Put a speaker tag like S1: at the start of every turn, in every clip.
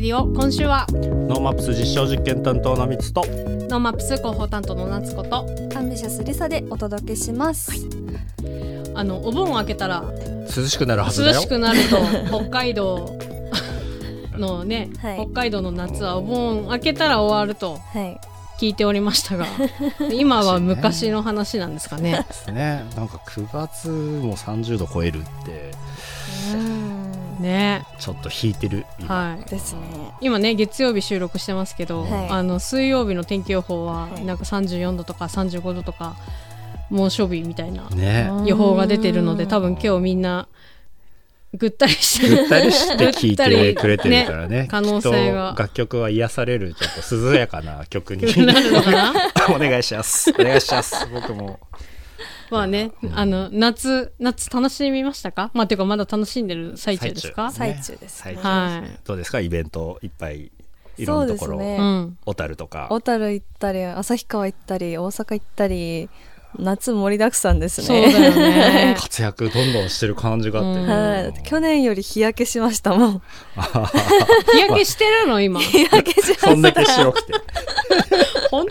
S1: ビを今週は
S2: ノーマップス実証実験担当のミツと
S1: ノーマップス広報担当の夏子と
S3: アンビシャスリサでお届けします、
S1: あのお盆を開けたら
S2: 涼しくなるはず
S1: 涼
S2: だよ
S1: しくなると北海道のね、
S3: はい
S1: 北海道の夏はお盆開けたら終わると
S3: はい、
S1: 聞いておりましたが今は昔の話なんですかね。
S2: ですねなんか9月も30度超えるって
S3: うん
S1: ね
S2: ちょっと引いてる、今
S1: はい
S3: ですね
S1: 今ね月曜日収録してますけど、
S3: はい
S1: あの水曜日の天気予報は
S3: はい
S1: なんか34度とか35度とか猛暑日みたいな
S2: ね
S1: 予報が出てるので多分今日みんなぐったりして
S2: ぐったりして聞いてくれてるからね
S1: ね可能性が
S2: きっと楽曲は癒されるちょっと涼やかな 曲に
S1: なるのかな
S2: お願いしますお願いします僕も
S1: まあねあの夏夏楽しみましたかまあていうかまだ楽しんでる最中ですか
S3: 最中です
S2: 最中
S1: はい
S2: どうですかイベントいっぱいいろんなところ、
S3: そうですね
S1: うん
S2: 小樽とか
S3: 小樽行ったり旭川行ったり大阪行ったり夏盛りだくさんですね
S1: そうだよね
S2: 活躍どんどんしてる感じがあって、
S1: うん
S3: はい、去年より日焼けしましたもん
S1: 日焼けしてるの今
S3: 日焼けし
S2: そんだけ白くて
S1: 本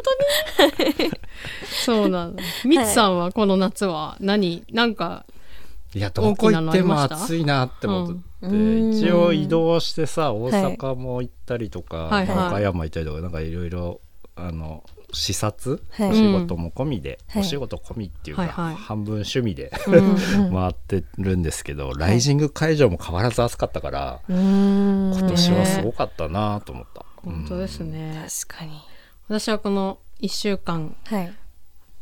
S1: 当にそうなのみつさんはこの夏は何なんか
S2: いやどこ行っても暑いなって思って、
S3: うん
S2: 一応移動してさ大阪も行ったりとか、
S1: はい
S2: 岡山行ったりとかなんかいろいろあの視察、
S3: はい
S2: お仕事も込みで、
S3: はい
S2: お仕事込みっていうか、
S1: はいはい
S2: 半分趣味で
S1: うん
S2: 回ってるんですけど、ライジング会場も変わらず暑かったから、
S3: うん
S2: 今年はすごかったなと思った、
S1: 本当ですね
S3: 確かに
S1: 私はこの1週間
S3: はい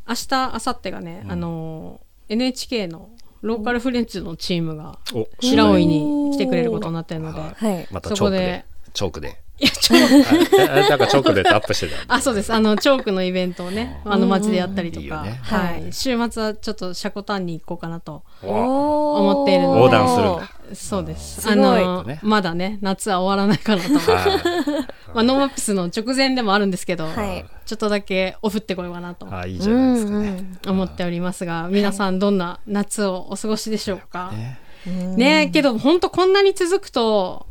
S1: 明日明後日がね、
S2: うん
S1: あの NHK のローカルフレンチのチームが
S2: お
S1: 白老に来てくれることになってるので、
S2: はい
S3: はい
S2: また
S1: そ
S2: チョー
S1: こ
S2: ク
S1: で
S2: でチョークで
S1: いやちょっと
S2: あなんかチョークでタップし てたんで
S1: あそうですあのチョークのイベントをねあの街でやったりと
S2: いい
S1: か、
S2: よね
S1: はい
S3: は
S1: 週末はちょっとシャコタンに行こうかなと
S2: わ
S1: 思っているので
S2: 横断するんだ
S1: そうです
S3: すごい
S1: の
S2: ね
S1: まだね夏は終わらないかなと、
S2: は
S1: まあ、ノーマップスの直前でもあるんですけど、
S3: はい
S1: ちょっとだけオフってこようかなと
S2: いあいいじゃないですかね、
S1: 思っておりますが、皆さんどんな夏をお過ごしでしょうか、
S2: ね
S1: ねえけど本当こんなに続くと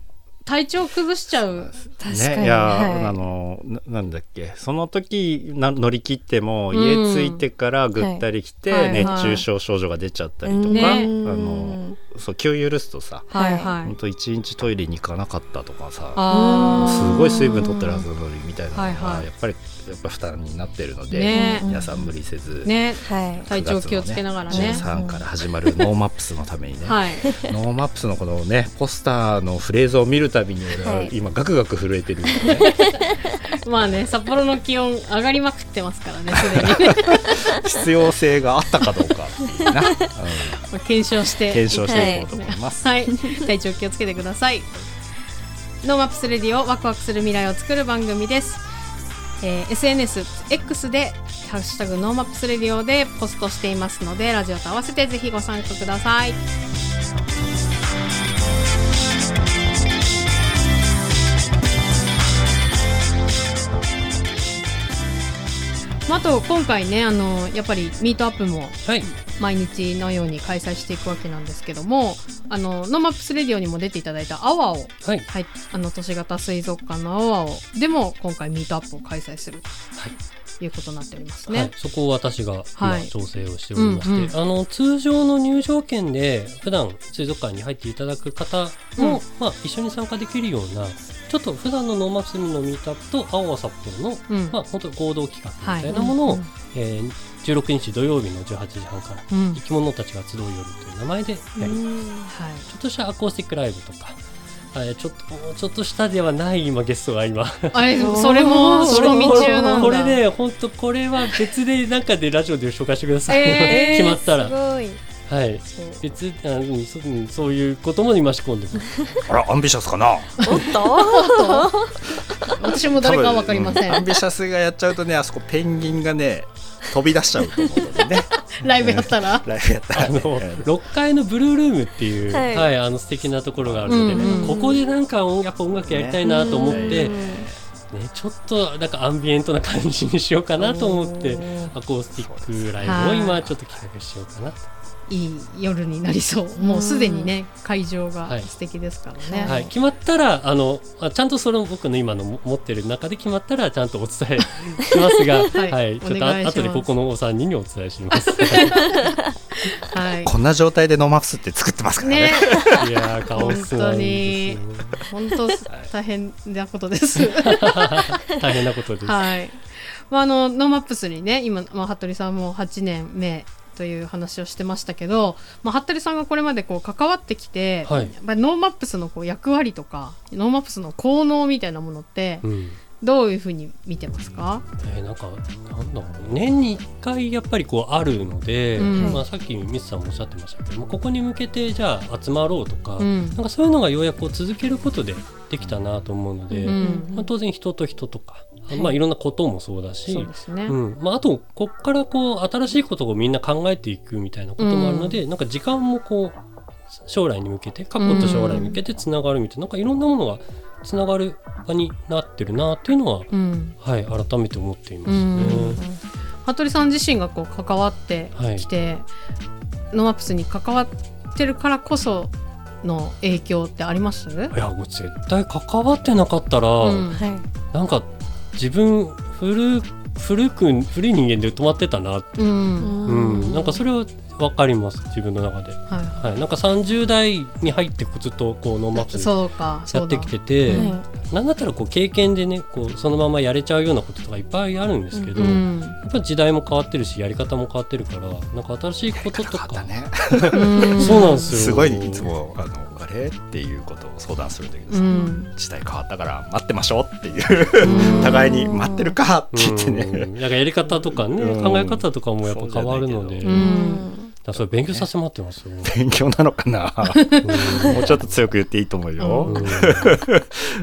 S1: 体調崩しちゃう
S3: 確かに、
S2: ね、いや、
S3: はい
S2: あのななんだっけその時な乗り切っても
S1: うん
S2: 家着いてからぐったりきて、
S1: はい
S2: 熱中症症状が出ちゃったりとか、
S1: ね
S2: あ
S3: うん
S2: のそう気を許すとさ
S1: は
S3: はいい
S1: は
S2: 本
S1: い
S2: 当一日トイレに行かなかったとかさ
S1: あ
S2: す
S1: ー
S2: ごい水分取ってるはずなのにみたいなのが、
S1: はいはい
S2: やっぱりやっぱ負担になってるので、
S1: ね
S2: 皆さん無理せず、
S1: ね
S3: はい
S1: 体調気をつけながらね
S2: 13から始まるノーマップスのためにね、
S1: はい
S2: ノーマップスのこのねポスターのフレーズを見るたびに俺は
S3: はい
S2: 今ガクガク震えてるんだよね
S1: まあね札幌の気温上がりまくってますからねすでに ね
S2: 必要性があったかどうかっていうな、うん
S1: まあ検証して
S2: 検証していこうと思います。
S1: はい、体調気をつけてください。ノーマップスレディをワクワクする未来を作る番組です。えー SNS、X で、ハッシュタグノーマップスレディオでポストしていますので、ラジオと合わせてぜひご参加ください。まああと今回ねあのやっぱりミートアップも
S2: はい、
S1: 毎日のように開催していくわけなんですけどもあのノーマップスレディオにも出ていただいたアワを、
S2: はい
S1: はい、あの都市型水族館のアワをでも今回ミートアップを開催するということになっております
S4: はい
S1: ね。、
S4: そこを私が
S1: は
S4: 今
S1: い
S4: 調整をしておりまして、
S1: うんうん
S4: あの通常の入場券で普段水族館に入っていただく方も、
S1: うん
S4: まあ、一緒に参加できるようなちょっと普段のノーマップスのミートアップと青は札幌の、
S1: うん
S4: まあ、本当に合同企画みたいなものを、
S1: はい
S4: えー16日土曜日の18時半から
S1: うん
S4: 生き物たちが集う夜という名前でやります。
S1: はい
S4: ちょっとしたアコースティックライブとか、えーちょっともうちょっとしたではない今ゲストが今
S1: あれそれも仕込み中なんだ。
S4: これで本当これは別で中でラジオで紹介してください、
S1: えー
S4: 決まった
S3: す
S4: ら
S3: ごい
S4: はい別あうんそうんそういうことも今仕込んでます
S2: あらアンビシャスかな。
S3: おっと
S1: 私も誰かはわかりませ
S2: 多分うんア
S1: ん
S2: ン。ビシャスがやっちゃうとねあそこペンギンがね飛び出しちゃうと思うので ね。
S1: ライブやったら。
S2: ライブやった
S4: あ
S2: ら、ね
S4: の、6階のブルールームっていう、
S3: は
S4: はいいあの素敵なところがあるので、
S1: うんうん
S4: ここでなんか音やっぱ音楽やりたいなと思って、
S2: ね
S4: ね、ちょっとなんかアンビエントな感じにしようかなと思ってアコースティックライブを
S1: は
S4: 今
S1: い
S4: ちょっと企画しようかなと
S1: いい夜になりそうもうすでにね会場
S4: は
S1: が
S4: い
S1: 素敵ですからね、
S4: はい、決まったらあのあちゃんとその僕の今のも持ってる中で決まったらちゃんとお伝え しますが、はいい
S1: お願い
S4: ちょっとあ
S1: します
S4: 後でここのお三人にお伝えします。
S1: はい
S2: こんな状態でノマプスって作ってますからね
S1: ね
S4: いやー顔すごいですよね
S1: 本当大変なことです。
S4: 大変なことです。は
S1: はい。まああのノーマップスにね今まあ服部さんも8年目という話をしてましたけど、まあ服部さんがこれまでこう関わってきて、
S4: はい
S1: やっぱりノーマップスのこう役割とかノーマップスの効能みたいなものって
S4: うん
S1: どういうふうに見てますか？
S4: えーなんかなんだろう年に1回やっぱりこうあるので、
S1: うん
S4: まあ、さっきミスさんもおっしゃってましたけどもここに向けてじゃあ集まろうとか,、
S1: うん
S4: なんかそういうのがようやくこう続けることでできたなと思うので、
S1: うん
S4: まあ、当然人と人とか、まあ、いろんなこともそうだし、
S1: そうですね。
S4: うんまあ、あとこっからこう新しいことをみんな考えていくみたいなこともあるので、なんか時間もこう将来に向けて過去と将来に向けてつながるみたいな,、なんかいろんなものがつながる場になってるなっていうのは、
S1: うん。
S4: はい、改めて思っています
S1: う
S4: ね。
S1: ん。服部さん自身がこう関わって
S4: はい
S1: きて、ノーマップスに関わってるからこその影響ってあります？
S4: いやもう絶対関わってなかったら、
S1: うん
S3: はい。
S4: なんか自分古古く古い人間で止まってたな、
S1: うん。
S4: うんなんかそれは分かります自分の中で、
S1: はいは
S4: はい、なんか30代に入ってずっとこうノーマッ
S1: い。
S4: プ
S1: そうか。
S4: やってきてて、
S1: そうだ
S3: は
S4: なんだったらこう経験でねこうそのままやれちゃうようなこととかいっぱいあるんですけ
S1: う
S4: ど、
S1: だ。う
S4: や
S1: ん。
S4: っぱ時代も変わってるしやり方も変わってるからなんか新しいことと
S2: よ かっ
S4: か
S2: たね
S1: うん
S4: そうなんですよ
S2: すごいいつもあのあれっていうことを相談するんだけど
S1: う
S2: さ、
S1: ん。
S2: 時代変わったから待ってましょうっていう 互いに待ってるかって言って
S4: う
S2: ね
S4: んなんかやり方とかね、
S2: うん
S4: 考え方とかもやっぱ変わるので、
S2: そうじゃない
S1: う
S2: けど
S4: だか
S1: ん。
S4: らそれ勉強させてもらってますよ。
S2: 勉強なのかなもうちょっと強く言っていいと思う
S4: う
S2: よ
S4: ん、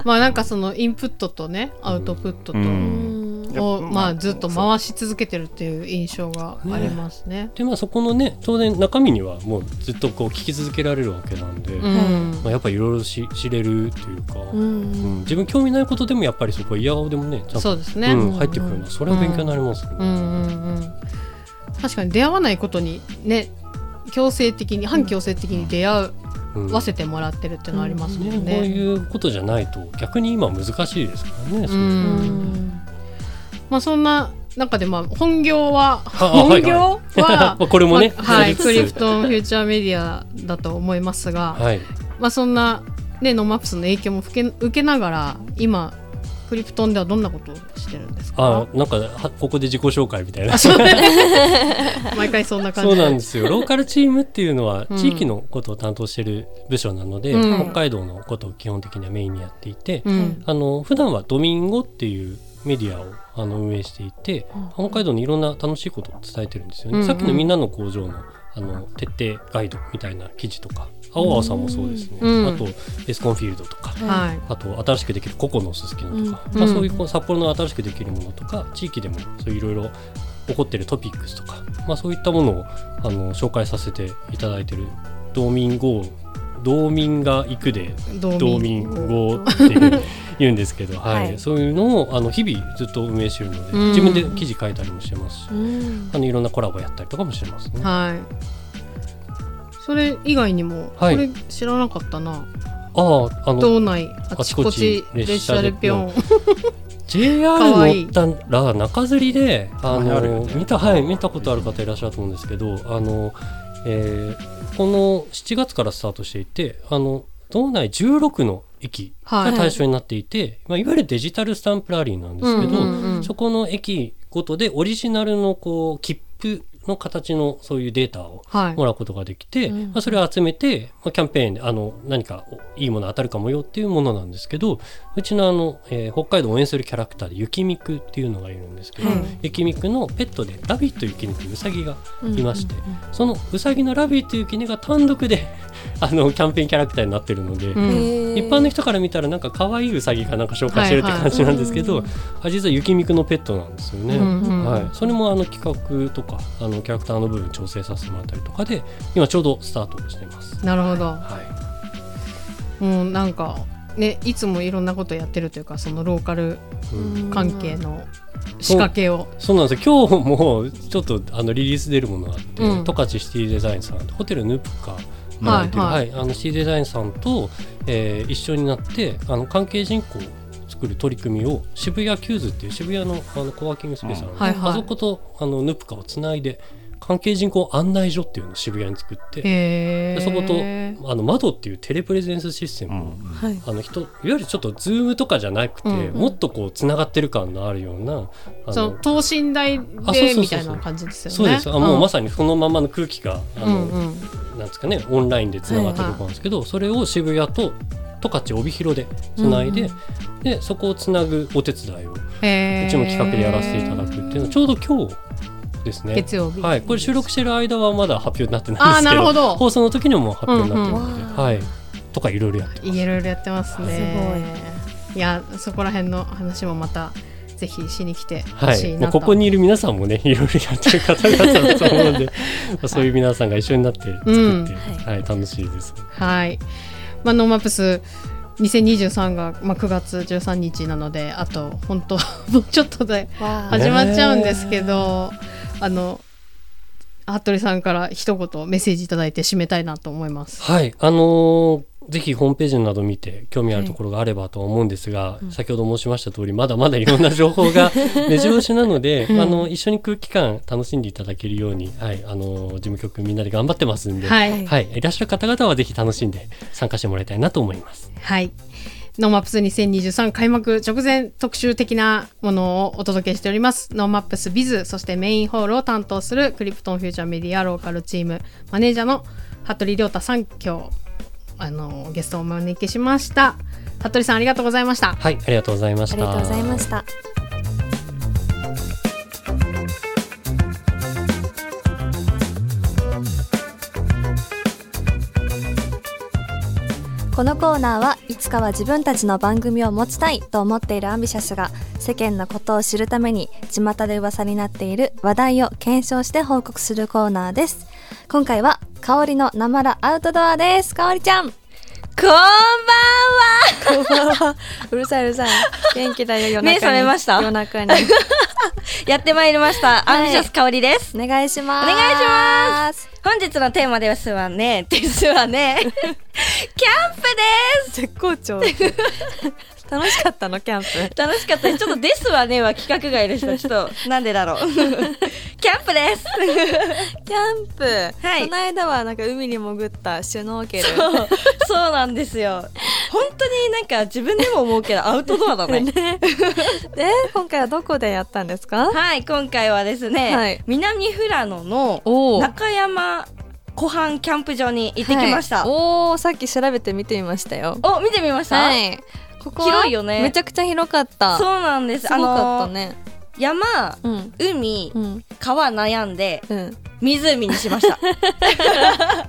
S1: まあなんかそのインプットとねアウトプット
S2: うん
S1: とをまあずっと回し続けてるっていう印象がありますね。
S4: でまあそこのね当然中身にはもうずっとこう聞き続けられるわけなんで、
S1: う
S4: ま
S1: ん。
S4: あ、やっぱいろいろし知れるというか、
S3: う
S4: うん
S3: ん。
S4: 自分興味ないことでもやっぱりそこは嫌顔でもねちゃん
S1: そ
S4: と
S1: うですね。う
S4: うん
S1: ん
S4: 入ってくるのはそれは勉強になります、
S1: うんうん。確かに出会わないことにね強制的に反強制的に出会
S4: うん
S1: わせてもらってるっていうのありますもん
S4: こう
S1: ね。
S4: いうことじゃないと逆に今難しいですからね。
S1: う。
S4: そうん
S1: まあそんな中でまあ本業 は
S4: あ
S1: 本業は、
S4: まあこれもね
S1: まあはい、
S4: やりつつ
S1: クリプトンフューチャーメディアだと思いますが、
S4: はい。
S1: まあそんな、ね、ノーマップスの影響も受け受けながら今クリプトンではどんなことをしてるんです
S4: あ
S1: か
S4: なんかはここで自己紹介みたいな。
S1: 毎回そんな感
S4: そ
S1: じ、
S4: うなんですすよ。ローカルチームっていうのは
S1: うん
S4: 地域のことを担当している部署なので、
S1: うん
S4: 北海道のことを基本的にはメインにやっていて、
S1: うん
S4: あの普段はドミンゴっていうメディアをあの運営していて、北海道にいろんな楽しいことを伝えてるんですよね。
S1: うんうん
S4: さっきのみんなの工場のあの徹底ガイドみたいな記事とか、青青さんもそうですね。
S1: うん
S4: あとエスコンフィールドとか。
S1: はい
S4: あと新しくできる個々のすすきのとか、
S1: うん
S4: まあ、
S1: うん
S4: そういうこう札幌の新しくできるものとか地域でもそういろいろ起こってるトピックスとか、まあ、そういったものをあの紹介させていただいてる「道民 GO」「道民が行くで」「道民 GO」っていう言うんですけど、はい
S3: はい
S4: そういうのをあの日々ずっと運営してるので、
S1: うん
S4: 自分で記事書いたりもしてますし、
S3: うん
S4: あのいろんなコラボやったりとかもしてますね。
S1: はいそれ以外にも、
S4: はい
S1: これ知らなかったな
S4: あああの
S1: 道内あちこち
S4: あちこち
S1: 列車でぴょん
S4: JR
S1: かわいい
S4: 乗ったら中吊りであ
S2: 前ある
S4: の
S2: よね
S4: 見たはい見たことある方いらっしゃると思うんですけどあの、えーこの7月からスタートしていてあの道内16の駅が対象になっていて、いまあ、いわゆるデジタルスタンプラリーなんですけど、
S1: うんうんうん
S4: そこの駅ごとでオリジナルのこう切符の形のそういうデータを
S1: はい
S4: もらうことができて、
S3: うん
S4: まあ、それを集めて、まあ、キャンペーンであの何かいいもの当たるかもよっていうものなんですけどうちのあの、えー北海道を応援するキャラクターで雪みくっていうのがいるんですけど、
S3: はい
S4: 雪みくのペットでラビット雪みくウサギが
S3: うん
S4: いまして、そのウサギのラビット雪みが単独で あのキャンペーンキャラクターになってるので。
S1: うん
S3: へー
S4: 一般の人から見たらなんか可愛いウサギかなんか紹介してるって
S1: はいはい
S4: 感じなんですけど、
S3: うん
S4: あ実は雪みくのペットなんですよね。
S1: うんうん
S4: はい、それもあの企画とかあのキャラクターの部分調整させてもらったりとかで今ちょうどスタートしてます。
S1: なるほど
S4: はい、
S1: もうなんかね、いつもいろんなことやってるというかそのローカル
S4: うん
S1: 関係の仕掛けを、
S4: そうなんですよ今日もちょっとあのリリース出るものがあって
S1: うん
S4: 十勝、シティデザインさんホテルヌプカ
S1: うんはい
S4: っていうはいあのシティデザインさんと、えー一緒になってあの関係人口を作る取り組みを渋谷キューズっていう渋谷のあのコワーキングスペースあるんですけど
S1: はいはい
S4: あそことあのヌプカをつないで関係人口案内所っていうのを渋谷に作って
S1: へ
S4: で
S1: ー
S4: そことあの窓っていうテレプレゼンスシステムを、
S3: はい。
S4: あの人いわゆるちょっとズームとかじゃなくて、
S1: うん
S4: もっとこうつながってる感のあるようなあ
S1: その
S4: の
S1: 等身大
S4: あそうそうそう
S1: で
S4: そう
S1: みたいな感じですよね。
S4: そうですあもうま
S1: さ
S4: さにそのままの空気があ
S1: う
S4: の、
S1: んうん
S4: なんですかねオンラインでつながってるとこなんですけど、それを渋谷と十勝帯広でつないで,、
S3: うん
S4: でそこをつなぐお手伝いをう
S1: へー
S4: ちの企画でやらせていただくっていうのちょうど今日ですね。
S1: 月曜日、
S4: はい、これ収録してる間はまだ発表になってないんですけど
S1: あーなるほど
S4: 放送の時にはもう発表になってるので、
S3: うんうん
S4: はい、とかいろいろやってます。
S1: いろいろやってますね。いやそこら辺の話もまたぜひしに来てほ
S4: は
S1: しい
S4: い、
S1: なと、
S4: まあ、ここにいる皆さんもねい ろいろやってる方々だと思うんでまあそういう皆さんが一緒になって作って、
S1: うん
S4: はい、楽しいです。
S1: はい。まあ、ノーマップス2023が、まあ、9月13日なのであと本当 もうちょっとで
S3: わ
S4: あ
S1: 始まっちゃうんですけど、あの服部さんから一言メッセージいただいて締めたいなと思います。
S4: はい、あのーぜひホームページなど見て興味あるところがあればとは思うんですが、先ほど申しました通りまだまだいろんな情報が 目白押しなので、あの一緒に空気感楽しんでいただけるように、はい、あのー事務局みんなで頑張ってますんで、い
S1: はい、はい
S3: い
S4: いらっしゃる方々はぜひ楽しんで参加してもらいたいなと思います。
S1: ノーマップス2023開幕直前特集的なものをお届けしております。ノーマップスビズ、そしてメインホールを担当するクリプトンフューチャーメディアローカルチームマネージャーの服部亮太さん、今日あのゲストをお招きしました。服部さんありがとうございました。
S4: はい、ありがとうございまし
S3: あ
S4: た。
S3: りがとうございました。このコーナーはいつかは自分たちの番組を持ちたいと思っているアンビシャスが世間のことを知るために巷で噂になっている話題を検証して報告するコーナーです今回は香りのなまらアウトドアです香りちゃんこんばんは
S5: うるさいうるさい。元気だよ、夜中に。
S3: 目覚めました
S5: 夜中に。やってまいりました。アンビシャス香りです。
S3: お願いします。
S5: お願
S3: いします。
S5: 本日のテーマですわね。です わね。キャンプです。
S3: 絶好調。楽しかったのキャンプ。
S5: 楽しかったです。ちょっとですわねは規格外 でした。ちょっと、なんでだろう。キャンプです。
S3: キャンプ。
S5: はい
S3: この間はなんか海に潜ったシュノーケル。
S5: そうそうなんですよ。本当になんか自分でも思うけど、アウトドアだ ね。
S3: で、今回はどこでやったんですか？
S5: はい、今回はですね、
S3: はい
S5: 南富良野の
S3: おー
S5: 中山湖畔キャンプ場に行ってきました。
S3: はいおお、さっき調べて見てみましたよ。
S5: お見てみました、
S3: はい。ここは
S5: 広いよね
S3: めちゃくちゃ広かった。
S5: そうなんです
S3: すごかった
S5: あの
S3: ね。
S5: 山
S3: うん。
S5: 海
S3: うん
S5: 川悩んで
S3: うん、
S5: 湖にしました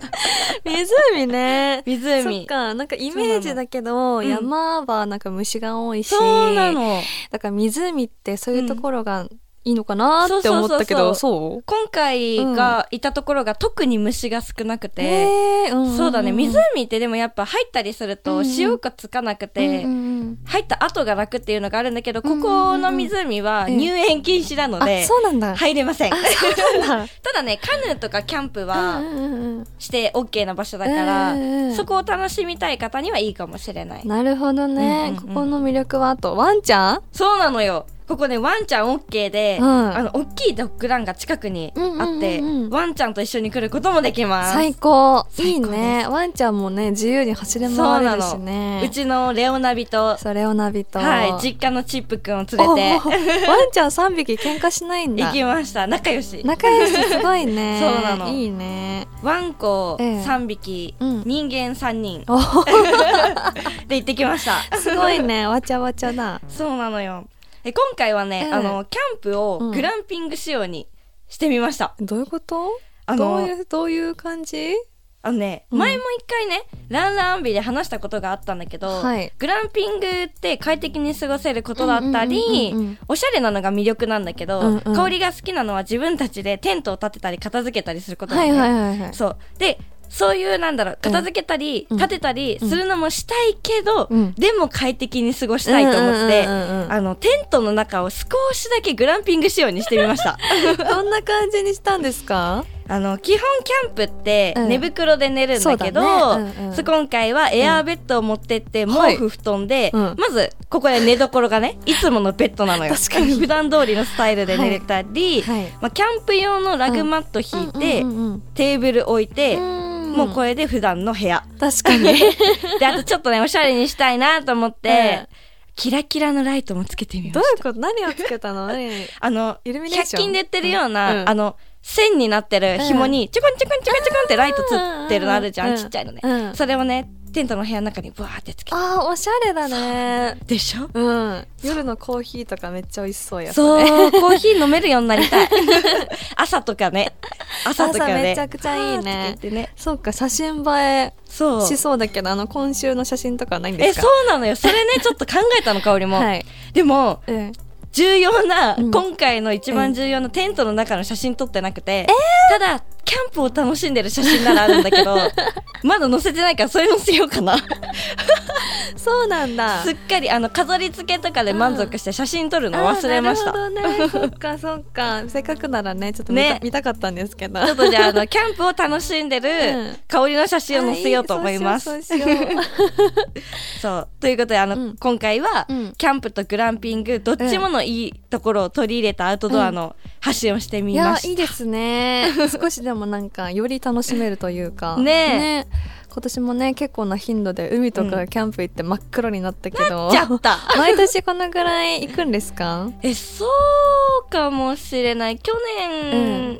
S3: 湖ねそっ
S5: 湖
S3: かなんかイメージだけど、
S5: そうなのうん
S3: 山はなんか虫が多いし
S5: そうなの
S3: だから湖ってそういうところがいいのかなって思ったけ
S5: う
S3: ど、
S5: ん
S3: そう
S5: 今回がいたところが特に虫が少なくて、
S3: えーんんん
S5: そうだね湖ってでもやっぱ入ったりする
S3: うんう
S5: と
S3: ん
S5: 潮がつかなくて、
S3: うんうんうん
S5: 入った後が楽っていうのがあるんだけど、
S3: うんうんうん
S5: ここの湖は入園禁止なので、
S3: あそうなんだ、
S5: 入れません。
S3: そうなんだ
S5: ただね、カヌーとかキャンプ
S3: う
S5: は
S3: んうんうんうん
S5: して OK な場所だから、
S3: うんうんうん
S5: そこを楽しみたい方にはいいかもしれない。
S3: なるほどね、
S5: うんうんうん
S3: ここの魅力はあとワンちゃん
S5: そうなのよ。ここね、ワンちゃん OK で、
S3: うん
S5: あの、大きいドッグランが近くにあって、
S3: うんうんうんうん
S5: ワンちゃんと一緒に来ることもできます。
S3: 最高
S5: 最
S3: いい
S5: 高です
S3: ねワンちゃんもね自由に走れ回れるしね
S5: うちのレオナビと、
S3: それをナビと
S5: はい、実家のチップくんを連
S3: おお
S5: れて
S3: ワンちゃん3匹喧嘩しないんだ
S5: 行きました。仲良し。
S3: 仲良しすごい ね
S5: そうなの
S3: いい ね
S5: ワンコ
S3: ええ
S5: 3匹、
S3: うん
S5: 人間3人
S3: お
S5: で行ってきました。
S3: すごいねわちゃわちゃだ
S5: そうなのよ。え今回はね、
S3: ええ
S5: あの、キャンプ
S3: う
S5: を
S3: ん
S5: グランピング仕様にしてみました。
S3: どういうこと
S5: あ
S3: ど
S5: の
S3: ういうどういう感じ
S5: あのね、
S3: うん
S5: 前も一回ね、ランランアンビで話したことがあったんだけど、
S3: はい
S5: グランピングって快適に過ごせることだった
S3: うんうんうんうんうん
S5: り、おしゃれなのが魅力なんだけど、
S3: うんうん
S5: 香りが好きなのは自分たちでテントを立てたり片付けたりすること
S3: は
S5: だ
S3: い
S5: よね
S3: はいはいはい
S5: そう。で、そういうなんだろう片付けたり、
S3: うん
S5: 立てたりするのもしたいけど、
S3: うん
S5: でも快適に過ごしたいと思って、
S3: うんうんうんうん
S5: あのテントの中を少しだけグランピング仕様にしてみました
S3: どんな感じにしたんですか
S5: あの基本キャンプって
S3: うん
S5: 寝袋で寝るんだけど、
S3: そうだねうんうん
S5: そう今回はエアーベッドを持ってって
S3: はい
S5: 毛布布団で、
S3: うん
S5: まずここで寝所がねいつものベッドなの よ
S3: 確かに
S5: 普段通りのスタイルで寝れたり、
S3: はい
S5: まあ、キャンプ用のラグマット引いて、
S3: うんうん
S5: テーブル置いて、
S3: うん
S5: もうこれで普段の部屋。
S3: 確 かに
S5: で、あとちょっとね、おしゃれにしたいなと思って、
S3: ええ
S5: キラキラのライトもつけてみ
S3: ど
S5: ま
S3: う
S5: し
S3: いうこと何をつけた の何
S5: た。あの、
S3: イルミネーショ
S5: 100
S3: ン
S5: 均で売ってるよう
S3: うん
S5: な、
S3: うん
S5: あの、線になってる紐に、ちょこんちょこんちょこんちょこんってライトつってるのあるじ
S3: うん
S5: ゃ、
S3: うんんうん
S5: ちっちゃいのね
S3: うん。
S5: それをね、テントの部屋の中にブワーってつけて。
S3: あーおしゃれだね
S5: でしょ
S3: うん夜のコーヒーとかめっちゃ美味しそうや
S5: そう、 コーヒー飲めるようになりたい。 朝とかね。朝とか
S3: 朝
S5: ね。
S3: めちゃくちゃいいね
S5: わーって言ってね。
S3: そうか写真映
S5: そ
S3: え
S5: う。
S3: しそうだけどあの今週の写真とかはないんで
S5: え、
S3: す
S5: そ
S3: か
S5: うなのよ。それね、ちょっと考えたの、香りも。
S3: はい、
S5: でも、
S3: うん、
S5: 重要な、
S3: うん
S5: 今回の一番重要なテントの中の写真撮ってなくて、ただキャンプを楽しんでる写真ならあるんだ けどまだ載せてないからそれ載せようかな
S3: そうなんだ
S5: すっかりあの飾り付けとかで満足して写真撮るの忘れました、
S3: あーなるほどねそっ かそっかせっかくならねちょっと見た,、
S5: ね
S3: 見たかったんですけど
S5: ちょっとじゃああのキャンプを楽しんでる
S3: うん
S5: 香りの写真を載せようと思います、
S3: あいいそうしようそうしよ
S5: そうということであの、
S3: うん
S5: 今回は、
S3: うん
S5: キャンプとグランピングどっちものいいところを取り入れたアウトドアの発信をして
S3: う
S5: み
S3: いや
S5: ました、
S3: いいですね少しでもなんかより楽しめるというか
S5: ねえ
S3: 今年もね結構な頻度で海と
S5: う
S3: か
S5: ん
S3: キャンプ行って真っ黒になったけ ど、
S5: ちゃった
S3: 毎年このぐらい行くんですか
S5: えそうかもしれない去年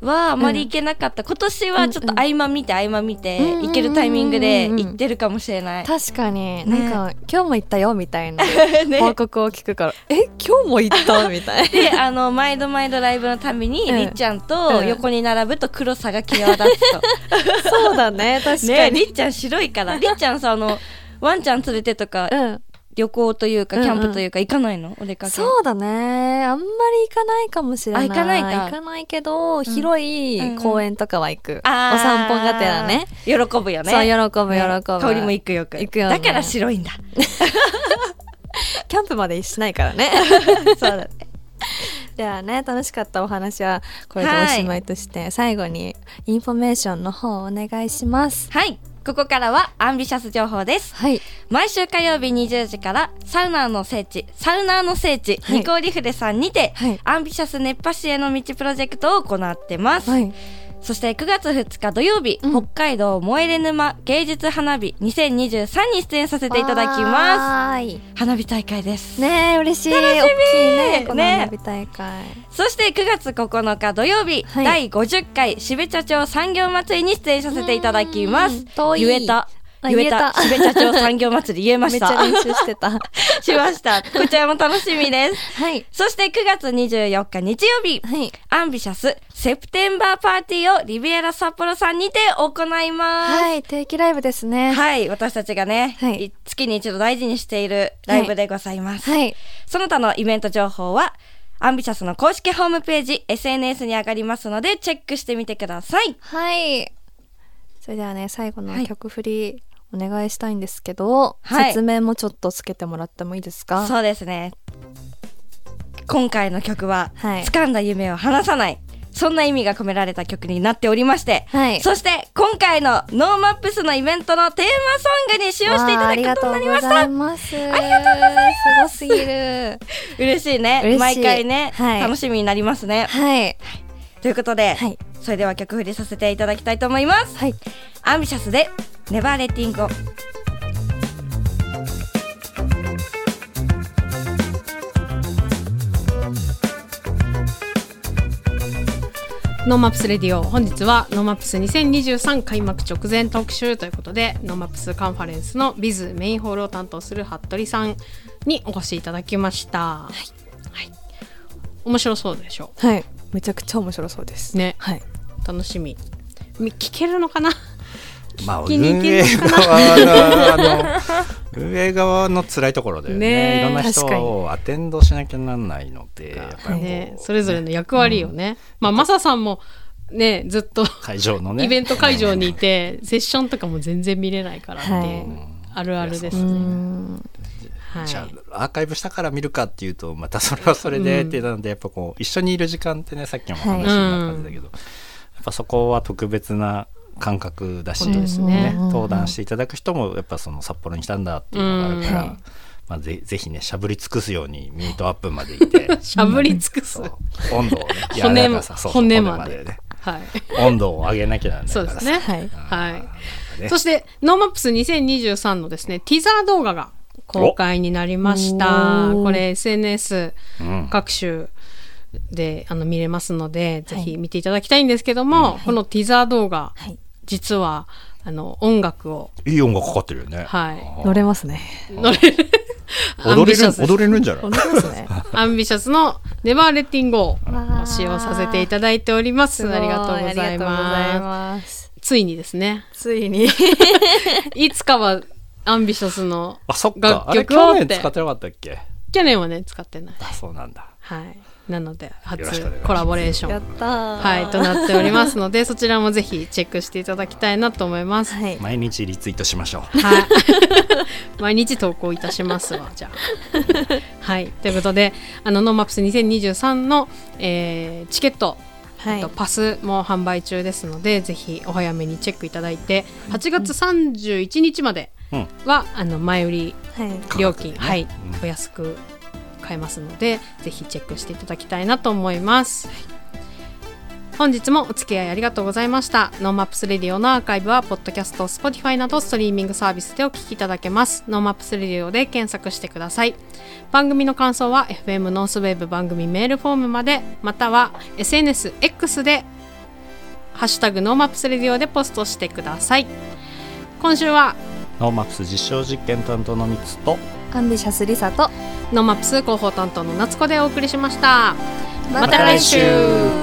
S5: はあまり行けなかった、今年はちょっと合間見て合間見て、
S3: うんうん
S5: 行けるタイミングで
S3: うんうんうん
S5: 行ってるかもしれない、
S3: 確かに、
S5: ね
S3: なんか今日も行ったよみたいな
S5: ね
S3: 報告を聞くから、え今日も行ったみたい
S5: であの毎度毎度ライブのために、
S3: うん
S5: りっちゃんと
S3: うん
S5: 横に並ぶと黒さが際立つと、
S3: そうだね確か
S5: ね
S3: に、
S5: りっちゃん白いからりっちゃんさあのワンちゃん連れてとか、
S3: うん
S5: 旅行というか
S3: うん
S5: キ
S3: うん
S5: ャンプというか行かないのお出かけ
S3: そうだねあんまり行かないかもしれない
S5: あ行かないか
S3: 行かないけど広い公園とかは行く、お
S5: あー
S3: 散歩がてらね
S5: 喜ぶよね
S3: そう喜ぶ喜ぶ、
S5: ね香りも行くよく
S3: 行くよね
S5: だから白いんだ
S3: キャンプまでしないからね
S5: そう だね
S3: ではね楽しかったお話はこれでおしまいとして、最後にインフォメーションの方をお願いします
S5: はい。ここからはアンビシャス情報です。
S3: はい
S5: 毎週火曜日20時からサウナーの聖地、サウナーの聖地、
S3: はい
S5: ニコーリフレさんにて、
S3: はい
S5: アンビシャス熱波師への道プロジェクトを行ってます。
S3: はい
S5: そして9月2日土曜日、
S3: うん
S5: 北海道燃えれ沼芸術花火2023に出演させていただきます。
S3: す
S5: 花火大会です。
S3: ねえ嬉しい大きいねこの花火大会、
S5: そして9月9日土曜日、
S3: はい
S5: 第50回標茶町産業祭りに出演させていただきま
S3: うーん
S5: す。
S3: 遠い
S5: 言えた。
S3: あ
S5: 言えた。
S3: 言え
S5: 標茶町産業祭り言えま
S3: め
S5: し
S3: っちゃ
S5: た。
S3: 練習してたは
S5: しました。 こちらも楽しみです。
S3: い
S5: そして9月24日日曜日、
S3: はい
S5: アンビシャスセプテンバーパーティーをリビエラ札幌さんにて行います。
S3: はい定期ライブですね
S5: はい、私たちがね、
S3: はい
S5: い月に一度大事にしているライブでございます。
S3: はい
S5: その他のイベント情報は、アンビシャスの公式ホームページ、SNS に上がりますので、チェックしてみてください。
S3: はい。それではね、最後
S5: は
S3: の
S5: い
S3: 曲振り、お願いしたいんですけど、
S5: はい
S3: 説明もちょっとつけてもらってもいいですか
S5: そうですね。今回の曲は、
S3: はい
S5: 掴んだ夢を離さない。そんな意味が込められた曲になっておりまして、
S3: はい
S5: そして今回のノーマップスのイベントのテーマソングに使用していただくことになりまし
S3: わああ
S5: た
S3: りがとうございます。ありがとうございます。すごすぎる。
S5: 嬉しいね
S3: 嬉しい
S5: 毎回ね、
S3: はい
S5: 楽しみになりますね
S3: はい。
S5: ということで、
S3: はい
S5: それでは曲振りさせていただきたいと思います
S3: はい。
S5: アンビシャスでネバーレッティング
S1: ノーマップスレディオ本日はノーマップス2023開幕直前特集ということでノーマップスカンファレンスのビズメインホールを担当する服部さんにお越しいただきました、はい面白そうでしょ
S3: はい。めちゃくちゃ面白そうです。
S1: ね
S3: はい。
S1: 楽しみみ聞けるのかな
S2: まあ、
S1: 聞きに行
S2: 運
S1: け
S2: 営
S1: るの
S2: 側の、あの運営側の辛いところだよね。
S1: ねえ
S2: いろんな人
S3: 確かに
S2: をアテンドしなきゃなんないので、やっぱりこう
S1: ねそれぞれの役割をね、まあマサさんもねずっと
S2: 会場のね
S1: イベント会場にいてセッションとかも全然見れないからっていう、
S3: はい
S1: あるあるです
S3: う
S1: ね。
S3: ん
S1: はい、
S2: じゃあアーカイブしたから見るかっていうとまたそれはそれでってなんでやっぱこう一緒にいる時間ってねさっきも話の中でだけど、やっぱそこは特別な感覚だし、
S1: そうですね
S2: ね登壇していただく人もやっぱその札幌に来たんだっていうのがあるから、まあ、ぜぜひねしゃぶり尽くすようにミートアップまで行って
S1: しゃぶり尽くす。
S2: そう
S1: は
S2: 温度を
S1: 骨
S2: ね柔らかさそう
S1: 骨
S2: 骨
S1: ま
S2: ま
S1: で
S2: でね
S1: い。
S2: 温度を上げなきゃなんないか
S1: そう
S2: ら
S1: で
S2: さ
S1: すね。
S3: はい
S1: はい。
S2: ね
S1: そして、ノーマップス2023のですね、ティザー動画が公開になりました。
S3: お
S1: これ SNS
S2: うん
S1: 各種であの見れますので、ぜひ見ていただきたいんですけども、このティザー動画、
S3: はい
S1: 実は、あの、音楽を、
S2: いい音楽かかってるよね、
S1: はい。
S3: 乗れますね
S1: 乗れる。
S2: 踊れる
S1: アンビシャス
S2: 踊れるんじゃない
S3: 乗れますね
S1: アンビシャスのネバーレッティングを
S3: わあ
S1: 使用させていただいております。ありがとうござ
S3: あり
S1: い
S3: がとうござい
S1: ます。
S3: ます
S1: ついにですね、
S3: ついに
S1: いつかはアンビシャスの
S2: あそっかあ
S1: 楽
S2: れ
S1: 曲をっ
S2: 去年
S1: て
S2: 使ってなかったっけ
S1: 去年はね使ってない。
S2: あそうなんだ
S1: はい。なので初
S2: よろしくお願いします
S1: コラボレーショ
S3: やっ
S1: ン
S3: たー
S1: はいとなっておりますので、そちらもぜひチェックしていただきたいなと思います。
S3: はい
S2: 毎日リツイートしましょう
S1: はい。 毎日投稿いたしますわ、じゃあ。 はい。ということで、あの、ノーマップス2023の、えーチケット、
S3: はい
S1: えっとパスも販売中ですので、ぜひお早めにチェックいただいて、8月31日まで
S2: うん
S1: は、あの、前売り
S3: はい
S1: 料金、
S2: 価格でね
S1: はい、
S2: うん
S1: お安く買えますので、ぜひチェックしていただきたいなと思います。本日もお付き合いありがとうございました。ノーマップスレディオのアーカイブは、ポッドキャスト、Spotify などストリーミングサービスでお聞きいただけます。ノーマップスレディオで検索してください。番組の感想は、FM ノースウェーブ番組メールフォームまで、または SNSX で、ハッシュタグノーマップスレディオでポストしてください。今週は、
S2: ノーマップス実証実験担当のミツと
S3: アンビシャスリサと
S1: ノーマップス広報担当の夏子でお送りしました。また来週